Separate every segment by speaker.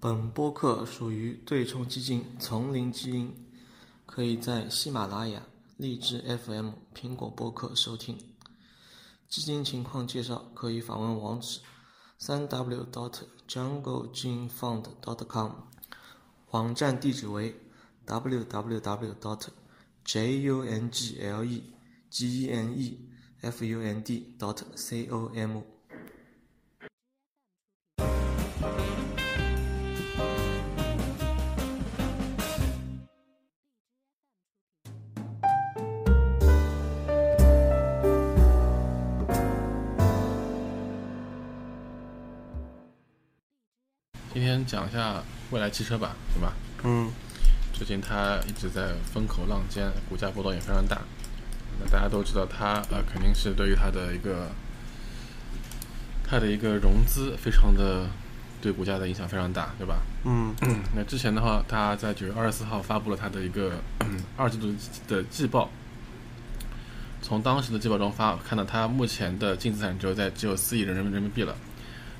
Speaker 1: 本播客属于对冲基金“丛林基因”，可以在喜马拉雅、荔枝 FM、苹果播客收听。基金情况介绍可以访问网址：三 w dot jungle gene fund dot com，网站地址为 www dot j u n g l e g e n e f u n d dot c o m。
Speaker 2: 今天讲一下蔚来汽车吧，对吧？
Speaker 1: 嗯，
Speaker 2: 最近它一直在风口浪尖，股价波动也非常大。那大家都知道它，呃，肯定是对于它的一个它的一个融资非常的对股价的影响非常大，对吧？
Speaker 1: 嗯
Speaker 2: 那之前的话，它在九月二十四号发布了它的一个 二季度的季报。从当时的季报中发看到，它目前的净资产只有在只有四亿人民人民币了，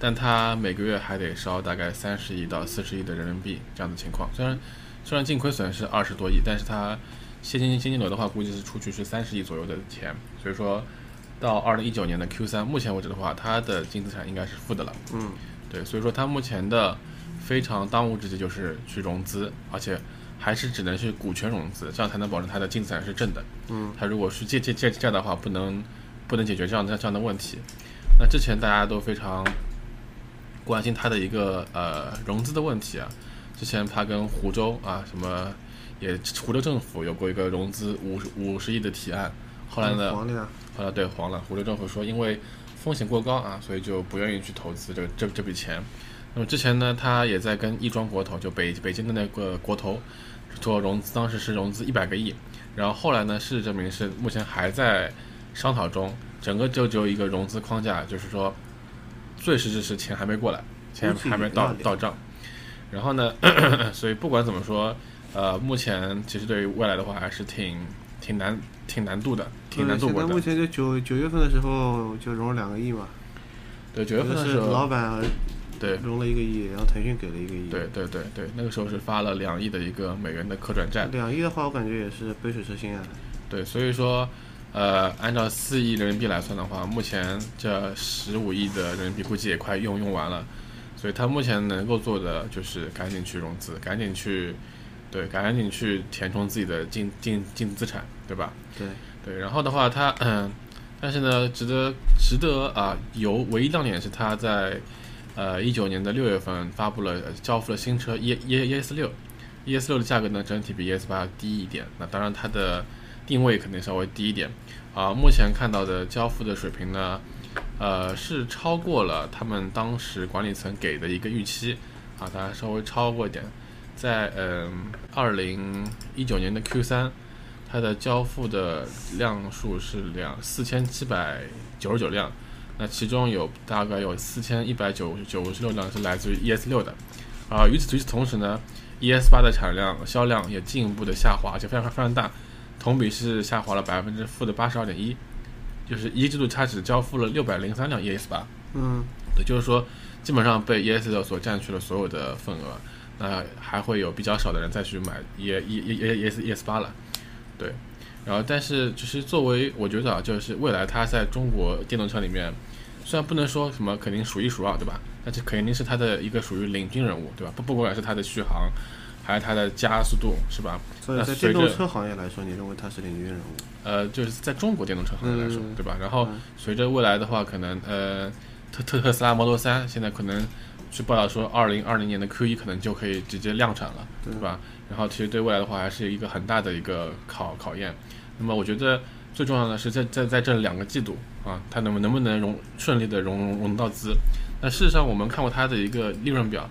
Speaker 2: 但它每个月还得烧大概三十亿到四十亿的人民币这样的情况。虽然虽然净亏损是二十多亿，但是它现金现金流的话，估计是出去是三十亿左右的钱。所以说，到二零一九年的 Q 三，目前为止的话，它的净资产应该是负的了。
Speaker 1: 嗯
Speaker 2: 对，所以说它目前的非常当务之急就是去融资，而且还是只能去股权融资，这样才能保证它的净资产是正的。
Speaker 1: 嗯，
Speaker 2: 它如果是借借借债的话，不能不能解决这样的这样的问题。那之前大家都非常关心它的一个呃融资的问题啊，之前它跟湖州啊什么也湖州政府有过一个融资五十五十亿的提案，后来呢，
Speaker 1: 黄历啊，
Speaker 2: 后呃来对黄了，湖州政府说因为风险过高啊，所以就不愿意去投资这这这笔钱。那么之前呢，他也在跟亦庄国投，就北北京的那个国投做融资，当时是融资一百个亿，然后后来呢，事实证明是目前还在商讨中，整个就只有一个融资框架，就是说最实质是钱还没过来，钱还没到到账。然后呢， 所以不管怎么说，呃，目前其实对于未来的话还是挺挺难挺难度的，挺难
Speaker 1: 嗯
Speaker 2: 度
Speaker 1: 现
Speaker 2: 过
Speaker 1: 在
Speaker 2: 的。
Speaker 1: 目前就九九月份的时候就融了两个亿嘛，
Speaker 2: 对，九月
Speaker 1: 有
Speaker 2: 份
Speaker 1: 的
Speaker 2: 的
Speaker 1: 是
Speaker 2: 时
Speaker 1: 老
Speaker 2: 候，
Speaker 1: 板
Speaker 2: 对
Speaker 1: 融了一个亿，然后腾讯给了一个亿。
Speaker 2: 对，对对对，那个时候是发了两亿的一个美元的可转债，
Speaker 1: 两亿的话，我感觉也是杯水车薪啊。
Speaker 2: 对，所以说，呃，按照四亿人民币来算的话，目前这十五亿的人民币估计也快用用完了，所以他目前能够做的就是赶紧去融资，赶紧去，对，赶紧去填充自己的净净净资产，对吧？
Speaker 1: 对，
Speaker 2: 对，然后的话，它嗯，但是呢，值得值得啊，有唯一亮点是它在呃一九年的六月份发布了呃交付了新车 E E E S 六，E S 六的价格呢整体比 E S 八低一点，那当然它的定位肯定稍微低一点啊。目前看到的交付的水平呢，呃是超过了他们当时管理层给的一个预期啊，它稍微超过一点，在嗯二零一九年的 Q 三。它的交付的辆数是两四千七百九十九辆，那其中有大概有四千一百九九十六辆是来自于 ES 六的，啊、与此与此同时呢，ES 八的产量销量也进一步的下滑，而且非常非常大，同比是下滑了百分之负的八十二点一，就是一季度它只交付了六百零三辆 ES 八，
Speaker 1: 嗯，
Speaker 2: 也就是说，基本上被 ES 六所占据了所有的份额，那还会有比较少的人再去买 E E E ES ES 八了，对。然后，但是就是作为我觉得啊，就是未来它在中国电动车里面，虽然不能说什么肯定数一数二，对吧？但是肯定是它的一个属于领军人物，对吧？不不管是它的续航，还是它的加速度，是吧？
Speaker 1: 所以
Speaker 2: 那
Speaker 1: 在
Speaker 2: 随
Speaker 1: 电动
Speaker 2: 着
Speaker 1: 车行业来说，你认为他是领军人物？
Speaker 2: 呃，就是在中国电动车行业来说，
Speaker 1: 嗯
Speaker 2: 对吧？然后
Speaker 1: 嗯
Speaker 2: 随着未来的话，可能呃，特特特斯拉 Model 3现在可能去报道说，二零二零年的 Q 1可能就可以直接量产了，
Speaker 1: 对
Speaker 2: 对吧？然后其实对未来的话，还是一个很大的一个考考验。那么我觉得最重要的是在在在这两个季度啊，它能不能不能融顺利的融融融到资？那事实上我们看过它的一个利润表，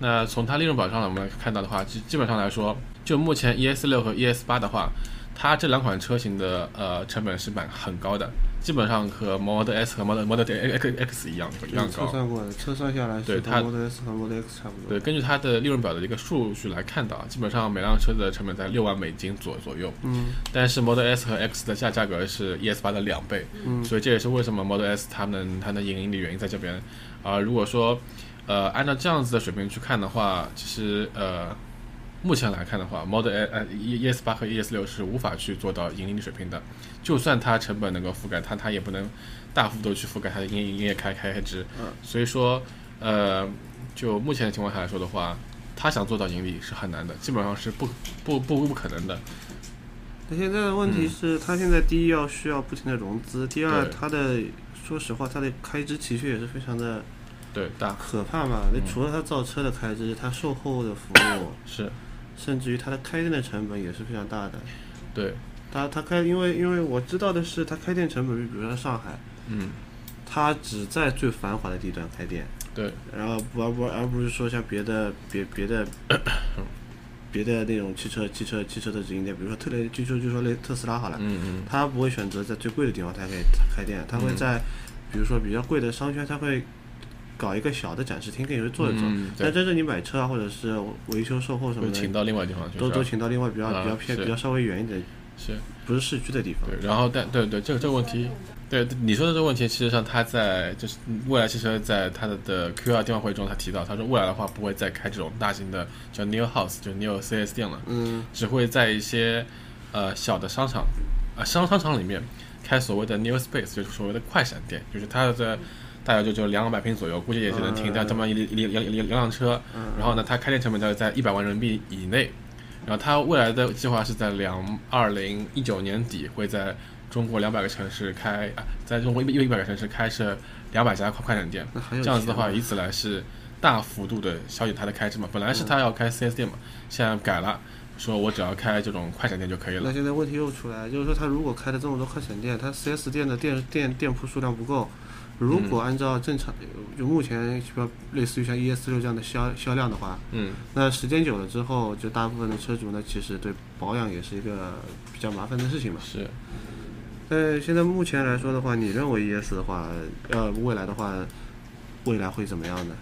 Speaker 2: 那从它利润表上我们来看到的话，基基本上来说，就目前 ES 六和 ES 八的话，它这两款车型的呃成本是蛮很高的，基本上和 Model S 和 Model Model X X 一样一样
Speaker 1: 你测
Speaker 2: 高。
Speaker 1: 算过的，测算下来
Speaker 2: 对
Speaker 1: 是
Speaker 2: 它
Speaker 1: 和 Model S 和 Model X 差不多。
Speaker 2: 对，根据它的利润表的一个数据来看啊到，基本上每辆车的成本在六万美金左左右。
Speaker 1: 嗯
Speaker 2: 但是 Model S 和 X 的价价格是 ES 八的两倍，
Speaker 1: 嗯
Speaker 2: 所以这也是为什么 Model S 它能它能盈利的原因在这边。啊、如果说呃，按照这样子的水平去看的话，其实呃，目前来看的话，Model A 呃 E S 八和 E S 六是无法去做到盈利水平的。就算它成本能够覆盖它，它也不能大幅度去覆盖它的营业营业开开支。
Speaker 1: 嗯
Speaker 2: 所以说，呃，就目前的情况下来说的话，他想做到盈利是很难的，基本上是不不不不可能的。
Speaker 3: 那现在的问题是，它现在第一要需要不停的融资，第二
Speaker 2: 嗯对
Speaker 3: 它的说实话，它的开支其实也是非常的
Speaker 2: 对，
Speaker 1: 啊
Speaker 2: 大
Speaker 3: 可怕嘛。
Speaker 2: 嗯
Speaker 3: 那除了它造车的开支，它售后的服务，
Speaker 2: 是
Speaker 3: 甚至于它的开店的成本也是非常大的。
Speaker 2: 对，
Speaker 3: 它它开，因为因为我知道的是，它开店成本，比如说上海，
Speaker 2: 嗯，
Speaker 3: 它只在最繁华的地段开店，
Speaker 2: 对，
Speaker 3: 然后不而不而不是说像别的别别的别的那种汽车汽车汽车的直营店，比如说特雷，就就就说类特斯拉好了，
Speaker 2: 嗯嗯，
Speaker 3: 他不会选择在最贵的地方开开开店，他会在、比如说比较贵的商圈，他会搞一个小的展示厅给你们做一做。
Speaker 2: 嗯
Speaker 3: 但
Speaker 2: 对，
Speaker 3: 真正你买车啊，或者是维修售后什
Speaker 2: 会
Speaker 3: 么
Speaker 2: 请
Speaker 3: 的，
Speaker 2: 到另外地方去，
Speaker 3: 都
Speaker 2: 是吧
Speaker 3: 都请到另外比较、
Speaker 2: 啊
Speaker 3: 比较偏、
Speaker 2: 是
Speaker 3: 比较稍微远一点，
Speaker 2: 是。
Speaker 3: 不是市区的地方。
Speaker 2: 对，然后但对对，这个这个问题，对你说的这个问题，事实上他在就是未来汽车在他的的 Q2 电话会中，他提到，他说未来的话不会再开这种大型的叫 New House，就 New CS 店了，
Speaker 3: 嗯，
Speaker 2: 只会在一些呃小的商场，呃商商场里面开所谓的 New Space，就是所谓的快闪店，就是它的大概就就两百平左右，估计也只能停
Speaker 3: 嗯
Speaker 2: 掉这么一一一两两辆车，然后呢，它开店成本大概在一百万人民币以内。然后它未来的计划是在两二零一九年底会在中国两百个城市开，啊，在中国一一百个城市开设两百家快快闪店。
Speaker 3: 那很有
Speaker 2: 这样子的
Speaker 3: 钱啊
Speaker 2: 话，以此来是大幅度的削减它的开支嘛。本
Speaker 3: 嗯
Speaker 2: 来是他要开 4S 店嘛，现在改了，说我只要开这种快闪店就可以
Speaker 3: 那
Speaker 2: 了。
Speaker 3: 现在问题又出来，就是说他如果开了这么多快闪店，他 4S 店的店店店铺数量不够。如果按照正常，就目前比较类似于像 ES 六这样的销销量的话，
Speaker 2: 嗯，
Speaker 3: 那时间久了之后，就大部分的车主呢，其实对保养也是一个比较麻烦的事情嘛。
Speaker 2: 是，
Speaker 3: 但现在目前来说的话，你认为 ES 的话，呃，未来的话，未来会怎么样呢？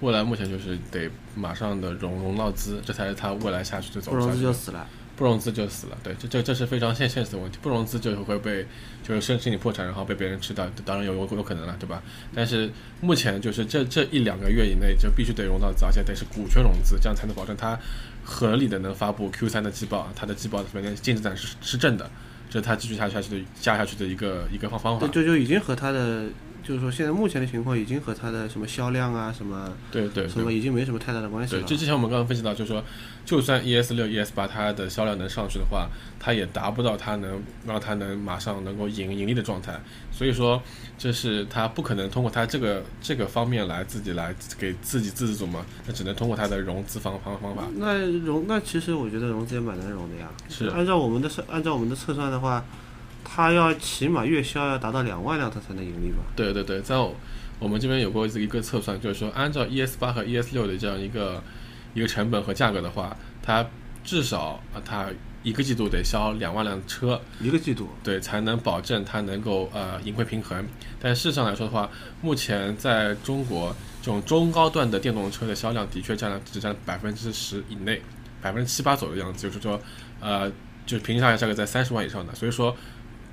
Speaker 2: 未来目前就是得马上的融融到资，这才是他未来下去的走
Speaker 3: 不
Speaker 2: 向。
Speaker 3: 融资就死了。
Speaker 2: 不融资就死了。对，这这这是非常现现实的问题，不融资就会被就是申申请破产，然后被别人吃掉，当然有有有可能了，对吧？但是目前就是这这一两个月以内就必须得融到资，而且得是股权融资，这样才能保证它合理的能发布 Q 三的季报，它的季报里面的净资产是是正的，这是它继续下下去的下下去的一个一个方方法
Speaker 3: 对，。就就已经和它的，就是说现在目前的情况已经和它的什么销量啊，什么
Speaker 2: 对对
Speaker 3: 什
Speaker 2: 对
Speaker 3: 么已经没什么太大的关系
Speaker 2: 对，
Speaker 3: 了。
Speaker 2: 就之前我们刚刚分析到，就是说，就算 ES 六、ES 八它的销量能上去的话，它也达不到它能让它能马上能够盈盈利的状态。所以说，这是它不可能通过它这个这个方面来自己来给自己自己组嘛，那只能通过它的融资方方方法。
Speaker 3: 那融那其实我觉得融资也蛮难融的呀。
Speaker 2: 是
Speaker 3: 按照我们的测按照我们的测算的话，它要起码月销要达到两万辆，它才能盈利吧？
Speaker 2: 对对对，在我我们这边有过一个测算，就是说按照 ES 八和 ES 六的这样一个一个成本和价格的话，它至少啊它一个季度得销两万辆车。
Speaker 3: 一个季度。
Speaker 2: 对，才能保证它能够呃盈亏平衡。但事实上来说的话，目前在中国这种中高端的电动车的销量的确占了只占百分之十以内，百分之七八左右的样子，就是说呃就是平均下来价格在三十万以上的，所以说。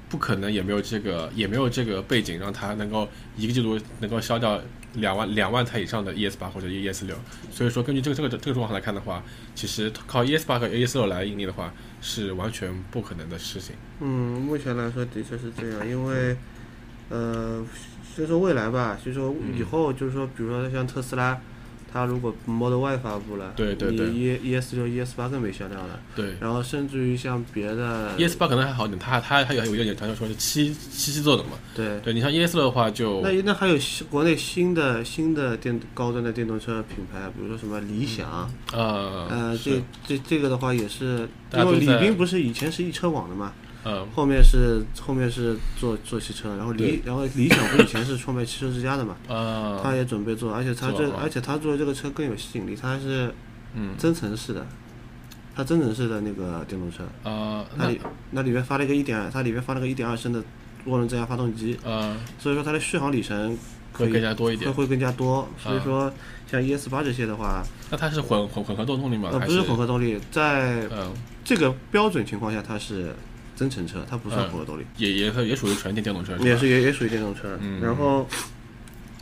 Speaker 2: 不可能，也没有这个，也没有这个背景，让它能够一个季度能够销掉两万两万台以上的 ES 八或者 ES 六。所以说，根据这个这个这个状况来看的话，其实靠 ES 八和 ES 六来盈利的话，是完全不可能的事情。
Speaker 3: 嗯，目前来说的确是这样，因为，呃，就说未来吧，就说
Speaker 2: 嗯
Speaker 3: 以后就是说，比如说像特斯拉，它如果 Model Y 发布了，
Speaker 2: 对对对
Speaker 3: 你 E E S 六 E S 八更没销量了，
Speaker 2: 对，
Speaker 3: 然后甚至于像别的
Speaker 2: ES E 八可能还好一点，它它还有有一点，它就说是七七七座的嘛。
Speaker 3: 对，
Speaker 2: 对你像 ES 六的话就，
Speaker 3: 那那还有新国内新的新的电高端的电动车品牌，比如说什么理想，
Speaker 2: 呃
Speaker 3: 呃，
Speaker 2: 是
Speaker 3: 这这这个的话也是，
Speaker 2: 大家
Speaker 3: 因
Speaker 2: 都
Speaker 3: 为李
Speaker 2: 在
Speaker 3: 斌不是以前是一车网的嘛，
Speaker 2: 呃
Speaker 3: 后面是后面是做做汽车，然后理然后理想不是以前是创办汽车之家的嘛。他
Speaker 2: 呃
Speaker 3: 也准备做，而且他
Speaker 2: 做
Speaker 3: 这
Speaker 2: 了啊
Speaker 3: 而且他做的这个车更有吸引力，它是
Speaker 2: 嗯
Speaker 3: 增程式的，它增程式的那个电动车，
Speaker 2: 呃
Speaker 3: 它
Speaker 2: 那
Speaker 3: 里那里面发了一个一点，它里面发了个一点二升的涡轮增压发动机，
Speaker 2: 呃
Speaker 3: 所以说它的续航里程可
Speaker 2: 会
Speaker 3: 以
Speaker 2: 更加多一
Speaker 3: 会
Speaker 2: 点。
Speaker 3: 会更加多，所以
Speaker 2: 啊
Speaker 3: 说像 ES 八这些的话，
Speaker 2: 那它是混混混合动力吗？
Speaker 3: 呃
Speaker 2: 还
Speaker 3: 不是混合动力，在
Speaker 2: 嗯、
Speaker 3: 这个标准情况下它是增程车，它不算
Speaker 2: 嗯
Speaker 3: 混合动力，
Speaker 2: 也也也属于纯电电动车吧嗯
Speaker 3: 也是也也属于电动车，然后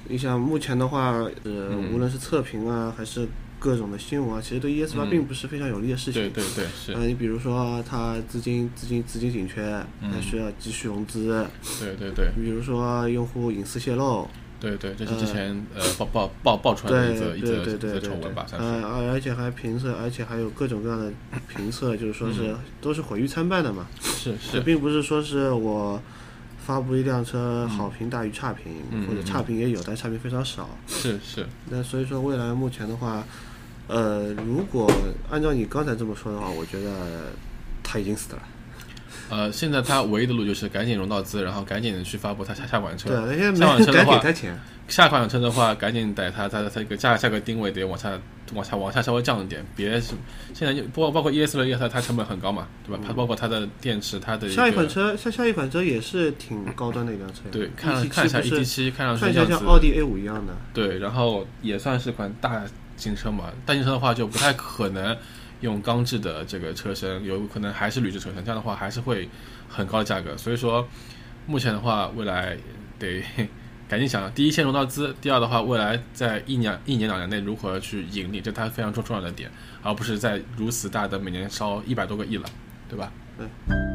Speaker 3: 你想目前的话，呃，
Speaker 2: 嗯
Speaker 3: 无论是测评啊，还是各种的新闻啊，其实对 ES 八并不是非常有利的事情。
Speaker 2: 对对嗯对，是，
Speaker 3: 呃，你比如说它资金资金资金紧缺，
Speaker 2: 嗯
Speaker 3: 它需要急需融资；
Speaker 2: 对对对
Speaker 3: 你比如说用户隐私泄露，
Speaker 2: 对对，这是之前呃爆爆爆爆出来的一则
Speaker 3: 对
Speaker 2: 一
Speaker 3: 对
Speaker 2: 则
Speaker 3: 对
Speaker 2: 一
Speaker 3: 对
Speaker 2: 则
Speaker 3: 对
Speaker 2: 丑闻
Speaker 3: 对
Speaker 2: 吧，，算是。
Speaker 3: 呃，而而且还评测，而且还有各种各样的评测，就是说
Speaker 2: 嗯
Speaker 3: 是都是毁誉参半的嘛，
Speaker 2: 是
Speaker 3: 这
Speaker 2: 是，
Speaker 3: 并不是说是我发布一辆车好评大于差评，
Speaker 2: 嗯
Speaker 3: 或者差评也有，但差评非常少。
Speaker 2: 是是，
Speaker 3: 那所以说未来目前的话，呃，如果按照你刚才这么说的话，我觉得他已经死了。
Speaker 2: 呃，现在他唯一的路就是赶紧融到资，然后赶紧的去发布他下下款车。
Speaker 3: 对啊，那现在
Speaker 2: 下款车
Speaker 3: 没人
Speaker 2: 的
Speaker 3: 敢给
Speaker 2: 话，
Speaker 3: 他钱。
Speaker 2: 下款车的话，赶紧得它它的它一个价价格定位得往下往下往下稍微降一点，别是现在就包包括 ES 六 ES 它它成本很高嘛，对吧？它包括它的电池，它的一
Speaker 3: 下一款
Speaker 2: 个
Speaker 3: 车，下下一款车也是挺高端的一辆车呀。
Speaker 2: 对，看了
Speaker 3: E77
Speaker 2: 看一下
Speaker 3: 不
Speaker 2: E T
Speaker 3: 是
Speaker 2: 七，看上去
Speaker 3: 看起
Speaker 2: 样
Speaker 3: 来
Speaker 2: 子
Speaker 3: 像奥迪 A 五一样的。
Speaker 2: 对，然后也算是款大型车嘛，大型车的话就不太可能用钢制的这个车身，有可能还是铝制车身，这样的话还是会很高的价格。所以说，目前的话，未来得赶紧想，第一先融到资，第二的话，未来在一年一年两年内如何去盈利，这它非常重重要的点，而不是在如此大的每年烧一百多个亿了，对吧？
Speaker 3: 对。